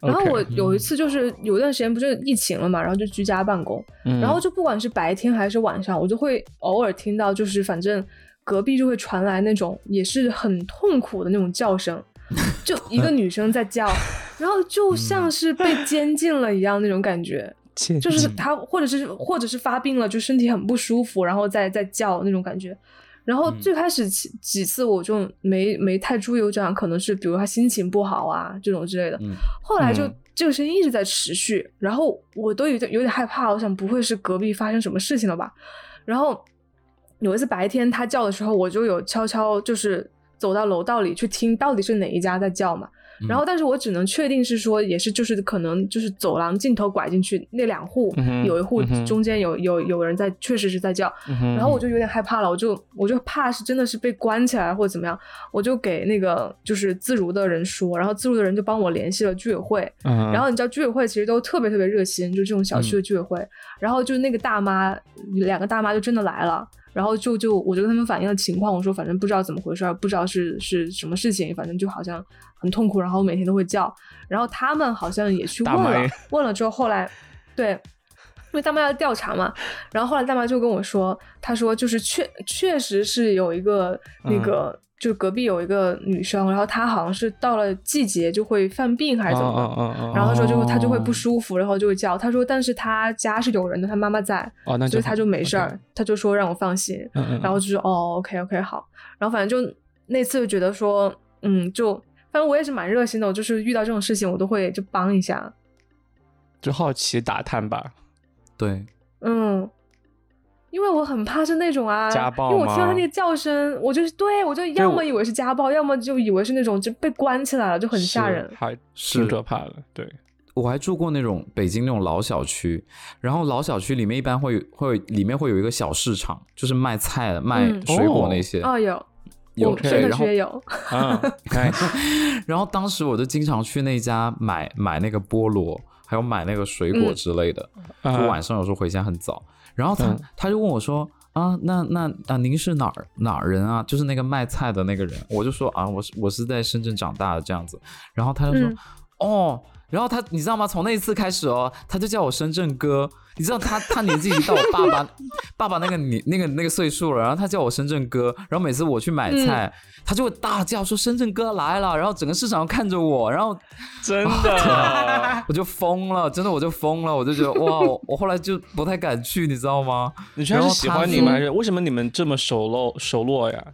然后
OK，
我有一次就是有一段时间不是疫情了嘛，然后就居家办公，
嗯
然后就不管是白天还是晚上，我就会偶尔听到，就是反正隔壁就会传来那种也是很痛苦的那种叫声，就一个女生在叫，然后就像是被监禁了一样那种感觉，
切
就是
嗯
她或者是或者是发病了，就身体很不舒服，然后再再叫那种感觉。然后
嗯
最开始几几次我就没没太注意，我就想可能是比如她心情不好啊这种之类的，
嗯
后来就、
嗯
这个声音一直在持续，然后我都有点有点害怕，我想不会是隔壁发生什么事情了吧？然后有一次白天他叫的时候，我就有悄悄就是走到楼道里去听到底是哪一家在叫嘛。
嗯
然后，但是我只能确定是说，也是就是可能就是走廊尽头拐进去那两户，
嗯哼
有一户
嗯哼嗯
中间有、有有人在，确实是在叫。
然
然后我就有点害怕了，我就我就怕是真的是被关起来或者怎么样，我就给那个就是自如的人说，然后自如的人就帮我联系了居委会，
然
然后你知道居委会其实都特别特别热心，就这种小
嗯
区的居委会。然后就那个大妈，两个大妈就真的来了，然后就就我就跟他们反映了情况，我说反正不知道怎么回事儿，不知道是是什么事情，反正就好像很痛苦，然后每天都会叫。然后他们好像也去问
大妈
了
也，
问了之后后来，对，因为大妈要调查嘛，然后后来大妈就跟我说，她说就是确确实是有一个那
嗯
个。就隔壁有一个女生，然后她好像是到了季节就会犯病还是怎
哦
么的，
么
然后他说就他就
哦
会不舒服，然后就会叫。他说，但是他家是有人的，他妈妈在，
哦，那
所以他就没事儿。他就说让我放心。
好，嗯嗯
然后就是哦，OK OK 好。然后反正就那次就觉得说，嗯，就反正我也是蛮热心的，我就是遇到这种事情我都会就帮一下。
嗯就好奇打探吧，
对，
嗯，因为我很怕是那种啊，
家暴
因为我听到他
吗
那个叫声，我就是对我就要
我
么以为是家暴，要么就以为是那种就被关起来了，就很吓
是
人。
还挺
是
可怕的。对，
我还住过那种北京那种老小区，然后老小区里面一般会有会里面会有一个小市场，就是卖菜的、卖
嗯
水果
哦
那些。
哦，有，
有
我
对
真的
然后
学有，
[laughs]
嗯，nice
然后当时我就经常去那家买买那个菠萝，还有买那个水果
嗯
之类的。[laughs]
嗯
就晚上有时候回家很早，然后他、
嗯
他就问我说啊，那那啊，您是哪儿哪儿人啊？就是那个卖菜的那个人，我就说啊，我是我是在深圳长大的这样子，然后他就说、
嗯
哦，然后他你知道吗？从那一次开始哦，他就叫我深圳哥。你知道他他年纪已经到我爸爸爸爸那个年那个那个岁数了，然后他叫我深圳哥，然后每次我去买菜，他就会大叫说深圳哥来了，然后整个市场都看着我，然后
真 [laughs]
[laughs]
的，
我就疯了，真的我就疯了，我就觉
[laughs]
得哇，我我后来就不太敢去，你知道吗？
你觉得他
然后
是喜
他
欢你
说
们还是为什么你们这么熟络熟络呀？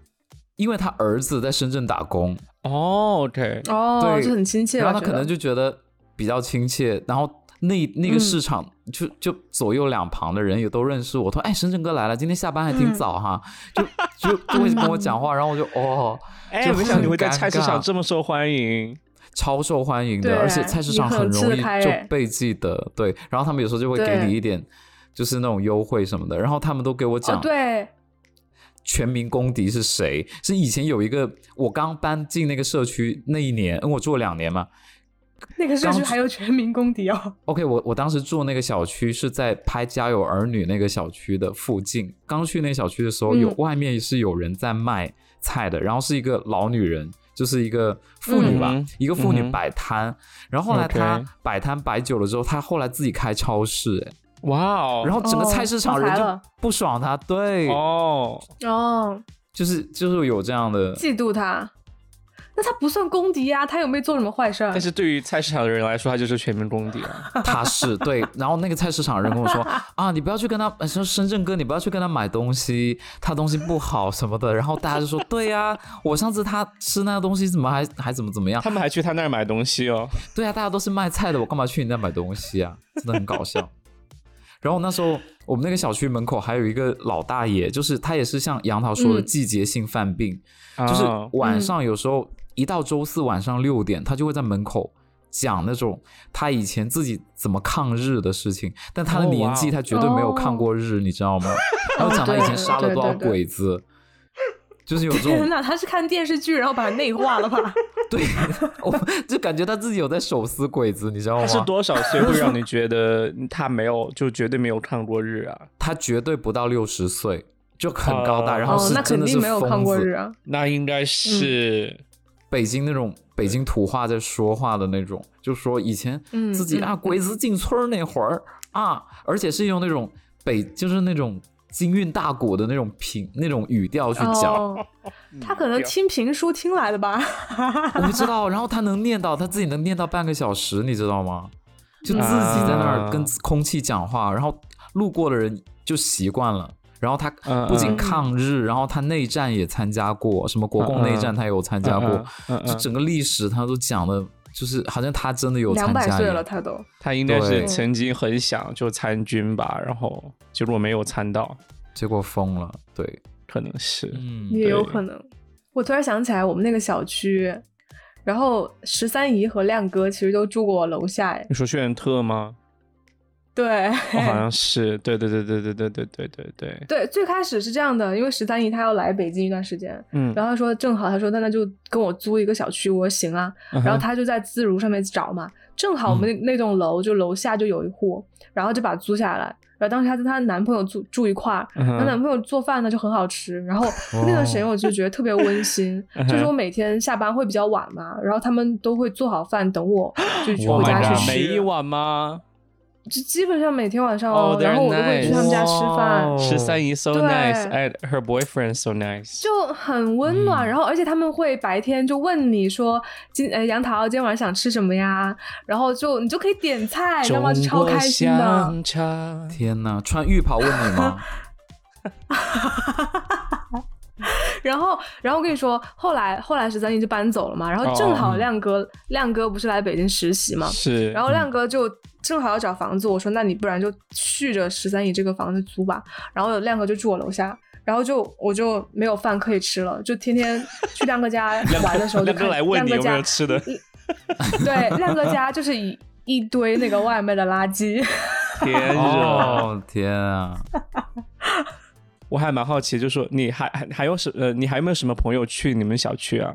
因为他儿子在深圳打工，
哦，OK，
哦，
对
就很亲切了。
然后
觉
他可
得
能就觉得比较亲切，然后那那个
嗯
市场就、就左右两旁的人也都认识我，说哎，深圳哥来了，今天下班还挺早哈，
嗯
就就就会跟我讲话，然后我就哦，
哎，
就
没想到你
很
会在
尴
菜市场
尬
这么受欢迎。
超受欢迎
对
的，而且菜市
你
场
很
很
吃
容
得
易
开
就
哎
被记得，对，然后他们有时候就会给
对
你一点就是那种优惠什么的，然后他们都给我讲
哦，对，
全民公敌是谁？呃是以前有一个我刚搬进那个社区那一年，因为我住了两年嘛，
[laughs] 那个社
刚
区
出
还有全民公敌哦，
OK，我我当时住那个小区是在拍《家有儿女》那个小区的附近。刚去那个小区的时候，有
嗯
外面是有人在卖菜的，然后是一个老女人，就是一个妇女吧，
嗯
一个妇
嗯
女
哼
摆摊。然后后来
OK
她摆摊摆久了之后，她后来自己开超市，哎
哇哦，
然后整个
哦
菜市场
发财
人就
了
不爽她，对，
哦，
哦，
就是就是有这样的，
嫉妒他，那他不算公敌啊，他有没有做什么坏事儿
但？是对于菜市场的人来说，他就是全民公
[laughs]
敌了。
她是对。然后那个菜市场人跟我说啊，你不要去跟他，呃说深圳哥，你不要去跟他买东西，他东西不好什么的。然后大家就说，对呀、我上次他吃那个东西怎么还还怎么怎么样？
他们还去他那儿买东西哦。
对啊，大家都是卖菜的，我干嘛去你那买东西啊？真的很搞笑。 [laughs] 然后那时候我们那个小区门口还有一个老大爷，就是他也是像杨桃说的
嗯
季节性犯病，
就
就是晚上有时候一到周四晚上六点，他就会在门口讲那种他以前自己怎么抗日的事情，但他的
哦
年纪
哇
他绝对没有抗过日，你知道
[laughs]
吗？他就讲他以前杀了多少
对对对
鬼子，就是有这
天 [laughs]
种
哪，他是看电视剧然后把它内化了吧？
对，我就感觉他自己有在手撕鬼子，你知道
他
吗？
是多少岁会 [laughs] 让你觉得他没有，就绝对没有抗过日啊？
他绝对不到六十岁，就很高大，[laughs]
哦
然后
哦，
是
那
真
肯
的是
定没有看
疯
过
子，
日啊。
那应该是、
北京那种北京土话在说话的那种，就说以前
嗯
自己啊
嗯
鬼子进村儿那会儿啊，而且是用那种北就是那种京韵大鼓的那种平那种语调去讲，
哦，他可能听评书听来的吧？
[laughs] 我不知道，然后他能念到他自己能念到半个小时，你知道
嗯
吗？就自己在那儿跟
啊
空气讲话，然后路过的人就习惯了。然后他
嗯
不仅
嗯
抗日，然后他内战也参加过，什么国共内战他也有参加过，
嗯嗯
就整个历史他都讲的，就是好像他真的有
两
参
百
加一
岁
样
了，他都。
他应该是
对
曾经很想就参军吧，然后结果没有参到，
结果疯了，对，
可能是。
嗯，
也有
对
可能。我突然想起来，我们那个小区，然后十三姨和亮哥其实都住过我楼下，哎
你说炫特 [laughs] 吗？
对，
我好像是，对对对对对对对对对对，
对，最开始是这样的，因为十三姨她要来北京一段时间，
嗯，
然后她说正好，她说那那就跟我租一个小区，我说行啊，
然
然后她就在自如上面找嘛，正好我
嗯
们那那栋楼就楼下就有一户，然后就把它租下来。然后当时她跟她男朋友住住一块儿，
嗯哼
然后男朋友做饭呢就很好吃，然后那段时间我就觉得特别温馨
[laughs] 嗯，哼
就是我每天下班会比较晚嘛，然后他们都会做好饭
[gasps]
等我，就去
Oh
我
my
家
god，
去吃，
每一晚吗？
就基本上每天晚上
哦，they're
哦，然后我都会去他们家吃饭，
nice
十三姨 so
对
nice and her boyfriend so nice，
就很温暖，
嗯
然后而且他们会白天就问你说今呃杨桃今天晚上想吃什么呀，然后就你就可以点菜，你知道吗？就
中
超
国
开心的。
香肠，
天哪，穿浴袍问你
[laughs]
吗？
然后然后我跟你说，后来后来十三姨就搬走了嘛，然后正好亮哥、亮哥不是来北京实习嘛，
哦是，嗯
然后亮哥就正好要找房子，我说那你不然就续着十三姨这个房子租吧，然后亮哥就住我楼下。然后就我就没有饭可以吃了，就天天去亮哥家
[laughs] 亮
玩
哥
的时候就
亮
看
哥来问你有
亮哥
没
家
有吃的，
[laughs] 对，亮哥家就是一一堆那个外卖的垃圾。
[laughs]
[laughs]
天热。
哦天啊，
我还蛮好奇，就说你还还还有什呃，你还有没有什么朋友去你们小区啊？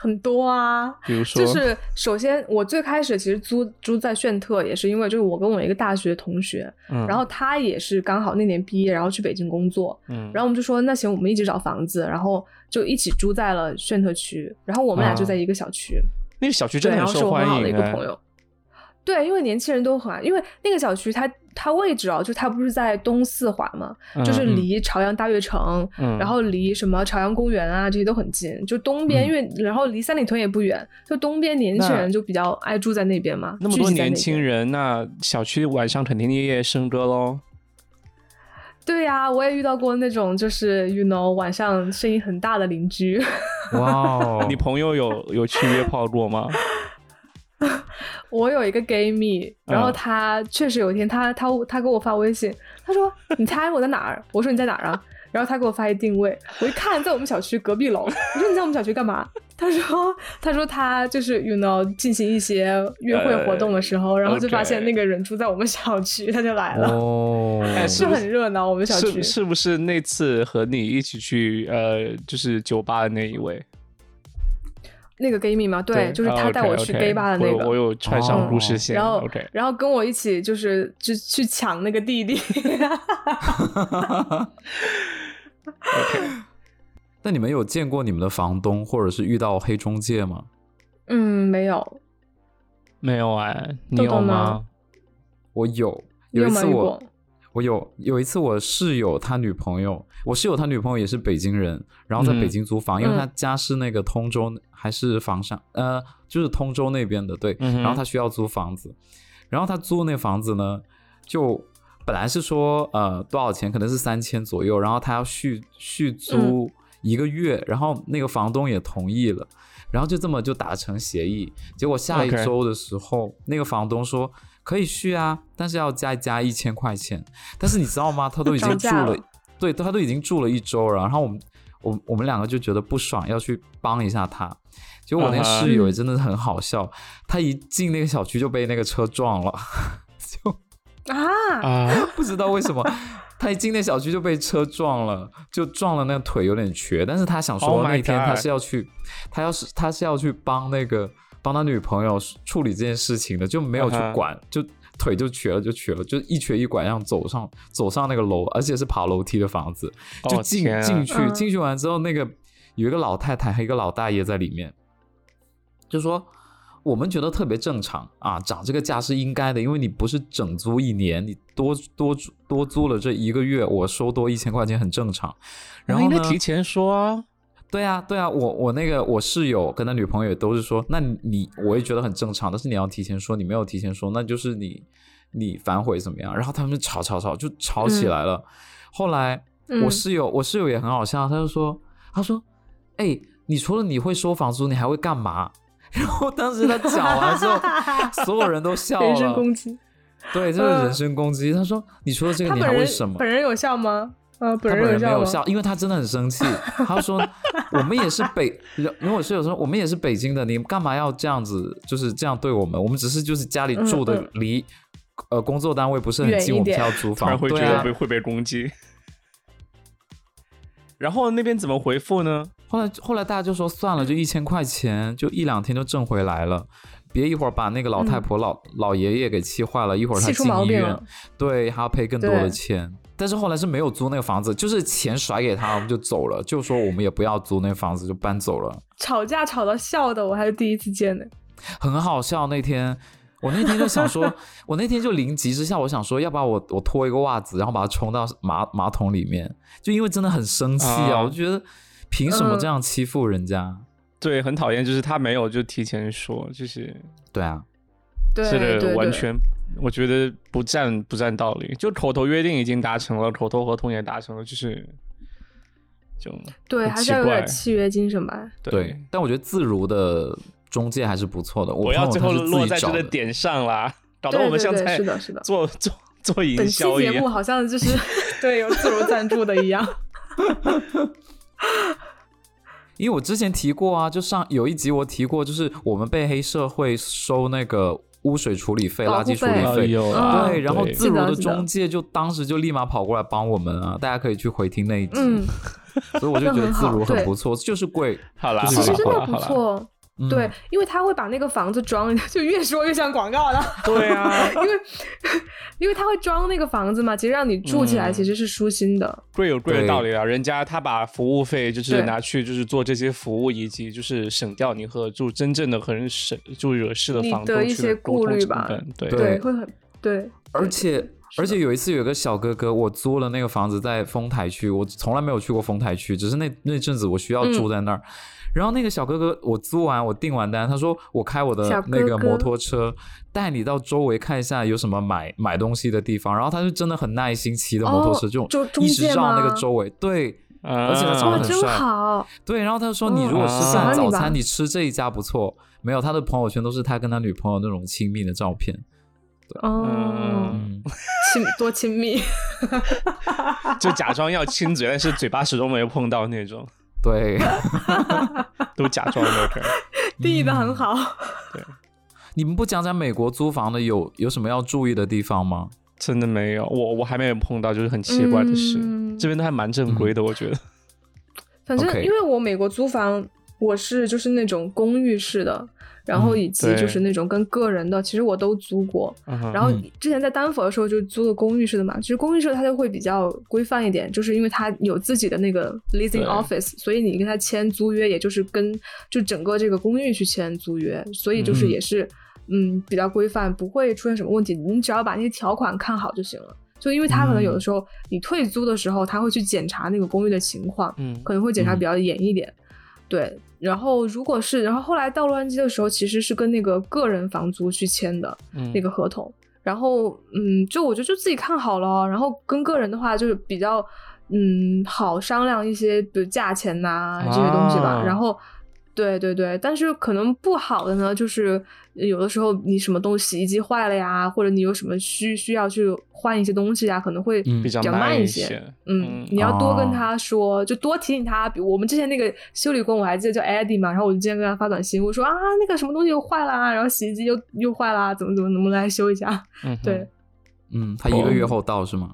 很多啊，
比如说，
就是首先我最开始其实租租在炫特也是因为就是我跟我一个大学同学，
嗯，
然后他也是刚好那年毕业，然后去北京工作，
嗯，
然后我们就说那行我们一起找房子，然后就一起住在了炫特区，然后我们俩就在
嗯
一个小区，
那个小区真
对，
的
然
很
后是
受
我
欢迎、
很好
哎。
的一个朋友。对，因为年轻人都很爱，因为那个小区它它位置啊，就它不是在东四环嘛，
嗯
就是
嗯
离朝阳大悦城，
嗯，
然后离什么朝阳公园啊这些都很近，就东边，因为然后离三里屯也不远，就东边年
嗯
轻
那
人就比较爱住在那边嘛，
那么
聚
多
集在
年
那
轻
边，
人，那小区晚上肯定夜夜笙歌喽。，
对呀、我也遇到过那种就是 you know 晚上声音很大的邻居，
哇哦
你朋友有有去约炮过吗？
我有一个 gay 蜜，然后
嗯
他确实有一天他他他给我发微信，他说你猜我在哪儿？我说你在哪儿啊？然后他给我发一定位，我一看在我们小区隔壁楼，我说你在我们小区干嘛？他说他说他就是 you know 进行一些约会活动的时候，然后就发现
哎 OK
那个人住在我们小区，他就来了，
哦，
哎是
就很热闹。我们小区
是是不是那次和你一起去呃，就是酒吧的那一位？
那个 gay 蜜嘛，对，就是他带
我
去 gay 吧的那个。
啊我有穿上
哦
故事线。
然后
OK，
然后跟我一起就是就去抢那个弟弟， [laughs]
那你们有见过你们的房东，或者是遇到黑中介吗？
嗯，没有，
没有哎，你
豆豆
有
呢
吗？
我有，
你有
一
没
次
有遇
我
过？
我有有一次我室友他女朋友，我室友他女朋友也是北京人，然后在
嗯
北京租房，因为他家是那个通州还是房山，呃，就是通州那边的，对，
嗯哼
然后他需要租房子，然后他租那房子呢，就本来是说呃多少钱，可能是三千左右，然后他要续续
嗯
租一个月，然后那个房东也同意了，然后就这么就达成协议，结果下一
OK
周的时候那个房东说。可以续啊，但是要再加一千块钱。但是你知道吗？他都已
涨
经住
价
了，
了
对，他都已经住了一周了。然后我们，我我们两个就觉得不爽，要去帮一下他。结果我那
啊哈
室友也真的很好笑他一进那个小区就被那个车撞了，
啊，
啊，
[laughs] 不知道为什么。他一进那小区就被车撞了，就撞了，那个腿有点瘸。但是他想说
Oh my
那天他
God
是要去他要是他是要去帮那个帮他女朋友处理这件事情的，就没有去
嗯哼
管就腿就瘸了，就瘸了，就一瘸一拐，这样走上走上那个楼，而且是爬楼梯的房子， [laughs] 就
哦
进、
天啊
进去，
嗯
进去完之后，那个有一个老太太和一个老大爷在里面，就说我们觉得特别正常啊，涨这个价是应该的，因为你不是整租一年，你多多租多租了这一个月，我收多一千块钱很正常。然后
应该
呢？
提前说啊。
对啊，对啊，我我那个我室友跟他女朋友也都是说，那你我也觉得很正常，但是你要提前说，你没有提前说，那就是你你反悔怎么样？然后他们就吵吵吵，就吵起来了。后来我
嗯
室友我室友也很好笑，他就说他说，哎，你除了你会收房租，你还会干嘛？ [laughs] 然后当时他讲完之后，所有人都笑
[laughs] 人身
了。
攻击。
对，这是人身攻击。他说你除了这个，
他
你
本
还
人
会什么？
本人有笑吗？呃，
他本
有
人没有
吗？
笑，因为他真的很生气。他说：“我们也是北，因为我室友说我们也是北京的，你干嘛要这样子，就是这样对我们？我们只是就是家里住的
嗯嗯
离、呃工作单位不是很
远
近，
一
我们
点
才要租
[laughs] 突然
房。
会觉
对
得
啊
被、，会被攻击。 [laughs] 然后那边怎么回复呢？
后来后来大家就说算了，就一千块钱，就一两天就挣回来了。”别一会儿把那个老太婆、老老爷爷给气坏了，一会儿他
嗯气出
进
毛
医
病
院
了，
对，还要赔更多
对
的钱。但是后来是没有租那个房子，就是钱甩给他，我们就走了，就说我们也不要租那房子，就搬走了。
吵架吵到笑的，我还是第一次见呢。
很好笑。那天我那天就想
[laughs]
说，我那天就灵机之下，我想说，要不然我我脱一个袜子，然后把它冲到马马桶里面，就因为真的很生气啊，
啊嗯
我就觉得凭什么这样欺负人家？
对，很讨厌，就是他没有就提前说，就是
对啊，
对
是
对
的，
对，
完全我觉得不占不占道理。就口头约定已经达成了，口头合同也达成了，就是就
对，
很
还是
奇
要有点
怪
契约精神吧。
对。但我觉得自如的中介还是不错的，我
不要
朋友
最后
他是自己
落在这
找
个
的。
点上啦，搞得
对
我们
对
像
对，
在
是的，是的。
做做做营
本期
销
节
一
目
样。
好像就是对有自如赞助的一样。
因为我之前提过啊，就上有一集我提过，就是我们被黑社会收那个污水处理费、
保
垃
护
圾处理
费
哎
费，
呦
啊
对，然后
对
自如
是的
的
是的
中介就当时就立马跑过来帮我们啊，大家可以去回听那一集，
嗯，
所以我就觉得自如
这很好
很不错，就是贵，
好啦，
就是
好
其
啦
实真
好
的
啦
不
好啦
错。 [laughs]
嗯
对，，因为他会把那个房子装， [laughs] 就越说越像广告了。
对啊，
因为因为他会装那个房子嘛，其实让你住起来
嗯
其实是舒心的。
贵有贵的
对
道理啊，人家他把服务费就是
对
拿去就是做这些服务，以及就是省掉你和就真正的和人省就惹事的
你
房
的
东
一
去
些
沟
顾
通
虑
成
吧
本对
对
会很对。
而且
是的
而且有一次有个小哥哥，我租了那个房子在丰台区，我从来没有去过丰台区，只是那那阵子我需要
嗯
住在那儿。然后那个小哥哥，我租完我订完单，他说我开我的
小哥
那个
哥
摩托车带你到周围看一下有什么买买东西的地方，然后他就真的很耐心骑着摩托车、
哦
就
就中
一直
介
绕那个
吗
周围，对
啊
而且他长
哇，
得很
真
帅
好！
对。然后他就说
嗯
你如果吃
喜
饭、
欢你
早
吧
餐，你吃这一家不错。没有，他的朋友圈都是他跟他女朋友那种亲密的照片。
哦，
嗯，
亲多亲密，
[laughs] 就假装要亲嘴，但是嘴巴始终没有碰到那种，
[laughs] 对。 [laughs]
都假装 OK。
[laughs] 定义的很好。
你们不讲讲美国租房的有有什么要注意的地方吗？
[laughs] 真的没有，我我还没有碰到，就是很奇怪的事。
嗯
这边都还蛮正规的，我觉得。
反正
OK
因为我美国租房，我是就是那种公寓式的，然后
嗯
以及
对
就是那种跟个人的，其实我都租过。
嗯哼
[laughs] 然后
嗯
之前在丹佛的时候就租了公寓式的嘛，其实公寓式的它就会比较规范一点，就是因为它有自己的那个 leasing
对
office，所以你跟他签租约，也就是跟就整个这个公寓去签租约，所以就是
嗯
也是嗯比较规范，不会出现什么问题，你只要把那些条款看好就行了。就因为他可能有
嗯
的时候你退租的时候，他会去检查那个公寓的情况，
嗯
可能会检查
嗯
比较严一点。对，然后如果是，然后后来到洛杉矶的时候，其实是跟那个个人房租去签的，
嗯
那个合同。然后，嗯，就我觉得就自己看好了。哦然后跟个人的话，就是比较，嗯，好商量一些，比如价钱呐、这些东西吧。
啊
然后，对对对，但是可能不好的呢，就是有的时候你什么东西洗衣机坏了呀，或者你有什么需需要去换一些东西呀，可能会
嗯
比较
较慢一
一
些
些，
嗯
嗯，
你要多跟
哦
他说，就多提醒他。比如我们之前那个修理工，我还记得叫 Eddie 嘛，然后我就经常给他发短信，我说啊，那个什么东西又坏啦，然后洗衣机又又坏啦，怎么怎么能不能来修一下？
嗯哼
对，
嗯，他一个
哦
月后到是吗？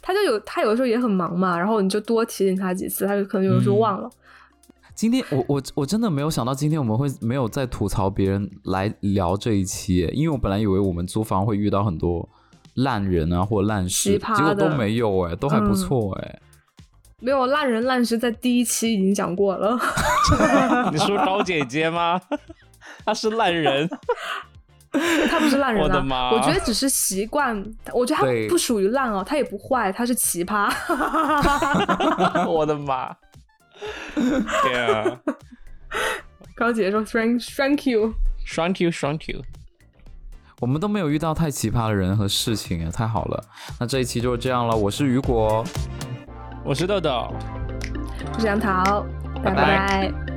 他就有他有的时候也很忙嘛，然后你就多提醒他几次，他就可能有的时候
嗯
忘了。
今天我我我真的没有想到，今天我们会没有再吐槽别人来聊这一期，因为我本来以为我们租房会遇到很多烂人啊或烂
奇
事，
葩
结果都
的
没有哎、都还不
嗯
错哎、
没有烂人烂事，在第一期已经讲过了。 [laughs]
[laughs] 你说高姐姐吗？ [laughs] 她是烂人，
他不是烂人啊，
我的妈
觉得只是习惯，我觉得
对
他不属于烂哦，他也不坏，他是奇葩。 [laughs]
[laughs] 我的妈！天啊
高姐说 “thank thank you”，
，thank you，thank you。
我们都没有遇到太奇葩的人和事情哎，太好了。那这一期就是这样了，我是雨果，
我是豆豆。
不想逃，
拜
哦
拜
拜拜